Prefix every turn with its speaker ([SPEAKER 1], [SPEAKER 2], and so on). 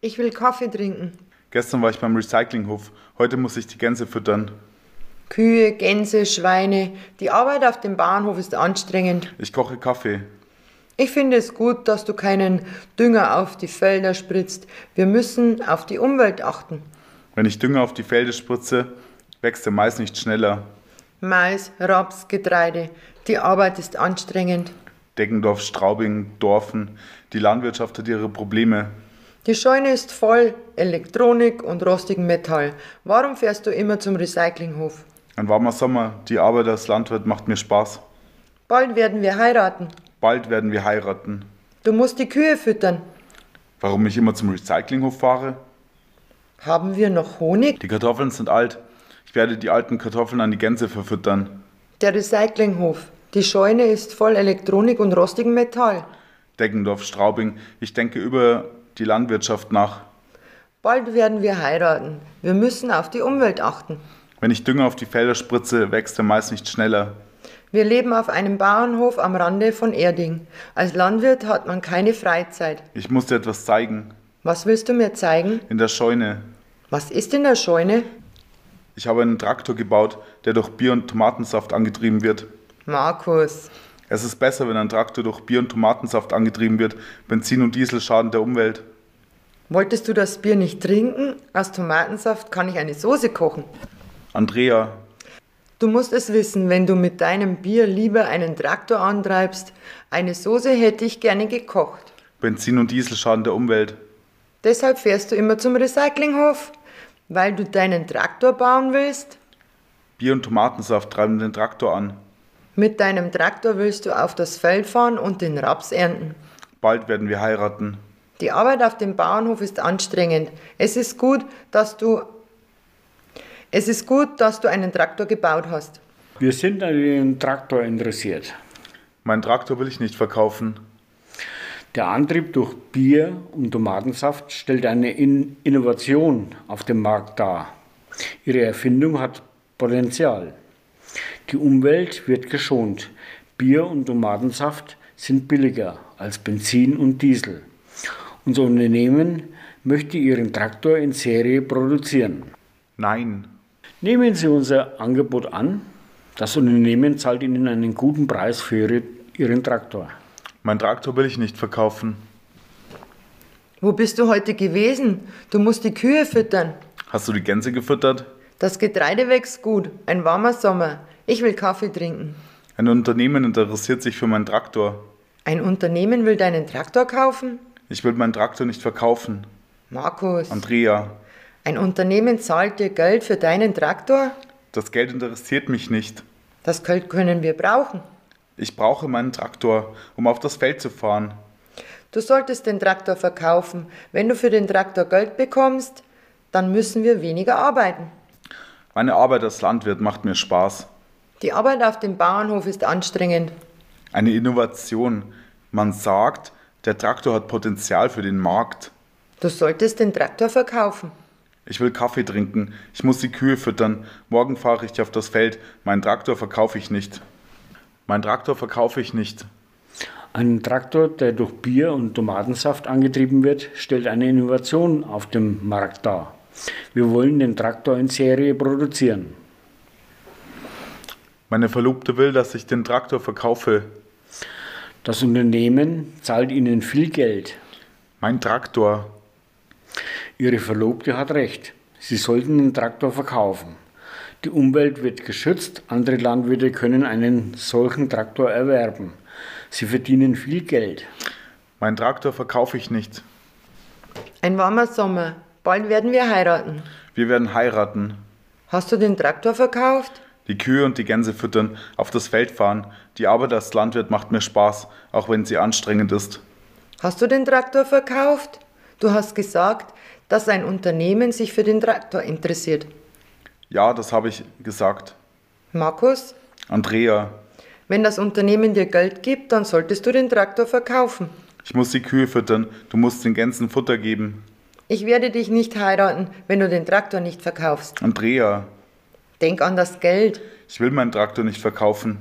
[SPEAKER 1] Ich will Kaffee trinken.
[SPEAKER 2] Gestern war ich beim Recyclinghof. Heute muss ich die Gänse füttern.
[SPEAKER 1] Kühe, Gänse, Schweine. Die Arbeit auf dem Bauernhof ist anstrengend.
[SPEAKER 2] Ich koche Kaffee.
[SPEAKER 1] Ich finde es gut, dass du keinen Dünger auf die Felder spritzt. Wir müssen auf die Umwelt achten.
[SPEAKER 2] Wenn ich Dünger auf die Felder spritze, wächst der Mais nicht schneller.
[SPEAKER 1] Mais, Raps, Getreide. Die Arbeit ist anstrengend.
[SPEAKER 2] Deggendorf, Straubing, Dorfen. Die Landwirtschaft hat ihre Probleme.
[SPEAKER 1] Die Scheune ist voll Elektronik und rostigem Metall. Warum fährst du immer zum Recyclinghof?
[SPEAKER 2] Ein warmer Sommer. Die Arbeit als Landwirt macht mir Spaß.
[SPEAKER 1] Bald werden wir heiraten.
[SPEAKER 2] Bald werden wir heiraten.
[SPEAKER 1] Du musst die Kühe füttern.
[SPEAKER 2] Warum ich immer zum Recyclinghof fahre?
[SPEAKER 1] Haben wir noch Honig?
[SPEAKER 2] Die Kartoffeln sind alt. Ich werde die alten Kartoffeln an die Gänse verfüttern.
[SPEAKER 1] Der Recyclinghof. Die Scheune ist voll Elektronik und rostigem Metall.
[SPEAKER 2] Deggendorf, Straubing. Ich denke über die Landwirtschaft nach.
[SPEAKER 1] Bald werden wir heiraten. Wir müssen auf die Umwelt achten.
[SPEAKER 2] Wenn ich Dünger auf die Felder spritze, wächst der Mais nicht schneller.
[SPEAKER 1] Wir leben auf einem Bauernhof am Rande von Erding. Als Landwirt hat man keine Freizeit.
[SPEAKER 2] Ich muss dir etwas zeigen.
[SPEAKER 1] Was willst du mir zeigen?
[SPEAKER 2] In der Scheune.
[SPEAKER 1] Was ist in der Scheune?
[SPEAKER 2] Ich habe einen Traktor gebaut, der durch Bier und Tomatensaft angetrieben wird.
[SPEAKER 1] Markus,
[SPEAKER 2] Es ist besser, wenn ein Traktor durch Bier und Tomatensaft angetrieben wird. Benzin und Diesel schaden der Umwelt.
[SPEAKER 1] wolltest du das Bier nicht trinken? Aus Tomatensaft kann ich eine Soße kochen.
[SPEAKER 2] Andrea,
[SPEAKER 1] Du musst es wissen, wenn du mit deinem Bier lieber einen Traktor antreibst. Eine Soße hätte ich gerne gekocht.
[SPEAKER 2] Benzin und Diesel schaden der Umwelt.
[SPEAKER 1] Deshalb fährst du immer zum Recyclinghof, weil du deinen Traktor bauen willst.
[SPEAKER 2] Bier und Tomatensaft treiben den Traktor an.
[SPEAKER 1] Mit deinem Traktor willst du auf das Feld fahren und den Raps ernten.
[SPEAKER 2] Bald werden wir heiraten.
[SPEAKER 1] Die Arbeit auf dem Bauernhof ist anstrengend. Es ist gut, dass du es ist gut, dass du einen Traktor gebaut hast.
[SPEAKER 3] Wir sind an dem Traktor interessiert.
[SPEAKER 2] Mein Traktor will ich nicht verkaufen.
[SPEAKER 3] Der Antrieb durch Bier und Tomatensaft stellt eine In Innovation auf dem Markt dar. Ihre Erfindung hat Potenzial. Die Umwelt wird geschont. Bier und Tomatensaft sind billiger als Benzin und Diesel. Unser Unternehmen möchte Ihren Traktor in Serie produzieren.
[SPEAKER 2] Nein.
[SPEAKER 3] Nehmen Sie unser Angebot an. Das Unternehmen zahlt Ihnen einen guten Preis für Ihre, Ihren Traktor.
[SPEAKER 2] Mein Traktor will ich nicht verkaufen.
[SPEAKER 1] Wo bist du heute gewesen? Du musst die Kühe füttern.
[SPEAKER 2] Hast du die Gänse gefüttert?
[SPEAKER 1] Das Getreide wächst gut. Ein warmer Sommer. Ich will Kaffee trinken.
[SPEAKER 2] Ein Unternehmen interessiert sich für meinen Traktor.
[SPEAKER 1] Ein Unternehmen will deinen Traktor kaufen?
[SPEAKER 2] Ich will meinen Traktor nicht verkaufen.
[SPEAKER 1] Markus,
[SPEAKER 2] Andrea,
[SPEAKER 1] ein Unternehmen zahlt dir Geld für deinen Traktor?
[SPEAKER 2] das Geld interessiert mich nicht.
[SPEAKER 1] Das Geld können wir brauchen.
[SPEAKER 2] Ich brauche meinen Traktor, um auf das Feld zu fahren.
[SPEAKER 1] Du solltest den Traktor verkaufen. Wenn du für den Traktor Geld bekommst, dann müssen wir weniger arbeiten.
[SPEAKER 2] Meine Arbeit als Landwirt macht mir Spaß.
[SPEAKER 1] Die Arbeit auf dem Bauernhof ist anstrengend.
[SPEAKER 2] Eine Innovation. Man sagt, der Traktor hat Potenzial für den Markt.
[SPEAKER 1] Du solltest den Traktor verkaufen.
[SPEAKER 2] Ich will Kaffee trinken, ich muss die Kühe füttern, morgen fahre ich auf das Feld, meinen Traktor verkaufe ich nicht. Mein Traktor verkaufe ich nicht.
[SPEAKER 3] Ein Traktor, der durch Bier und Tomatensaft angetrieben wird, stellt eine Innovation auf dem Markt dar. Wir wollen den Traktor in Serie produzieren.
[SPEAKER 2] Meine Verlobte will, dass ich den Traktor verkaufe.
[SPEAKER 3] Das Unternehmen zahlt Ihnen viel Geld.
[SPEAKER 2] Mein Traktor.
[SPEAKER 3] Ihre Verlobte hat recht. Sie sollten den Traktor verkaufen. Die Umwelt wird geschützt, andere Landwirte können einen solchen Traktor erwerben. Sie verdienen viel Geld.
[SPEAKER 2] Mein Traktor verkaufe ich nicht.
[SPEAKER 1] Ein warmer Sommer. Bald werden wir heiraten.
[SPEAKER 2] Wir werden heiraten.
[SPEAKER 1] Hast du den Traktor verkauft?
[SPEAKER 2] Die Kühe und die Gänse füttern, auf das Feld fahren. Die Arbeit als Landwirt macht mir Spaß, auch wenn sie anstrengend ist.
[SPEAKER 1] Hast du den Traktor verkauft? Du hast gesagt, dass ein Unternehmen sich für den Traktor interessiert.
[SPEAKER 2] Ja, das habe ich gesagt.
[SPEAKER 1] Markus,
[SPEAKER 2] Andrea,
[SPEAKER 1] wenn das Unternehmen dir Geld gibt, dann solltest du den Traktor verkaufen.
[SPEAKER 2] ich muss die Kühe füttern, du musst den Gänsen Futter geben.
[SPEAKER 1] Ich werde dich nicht heiraten, wenn du den Traktor nicht verkaufst.
[SPEAKER 2] Andrea,
[SPEAKER 1] Denk an das Geld.
[SPEAKER 2] ich will meinen Traktor nicht verkaufen.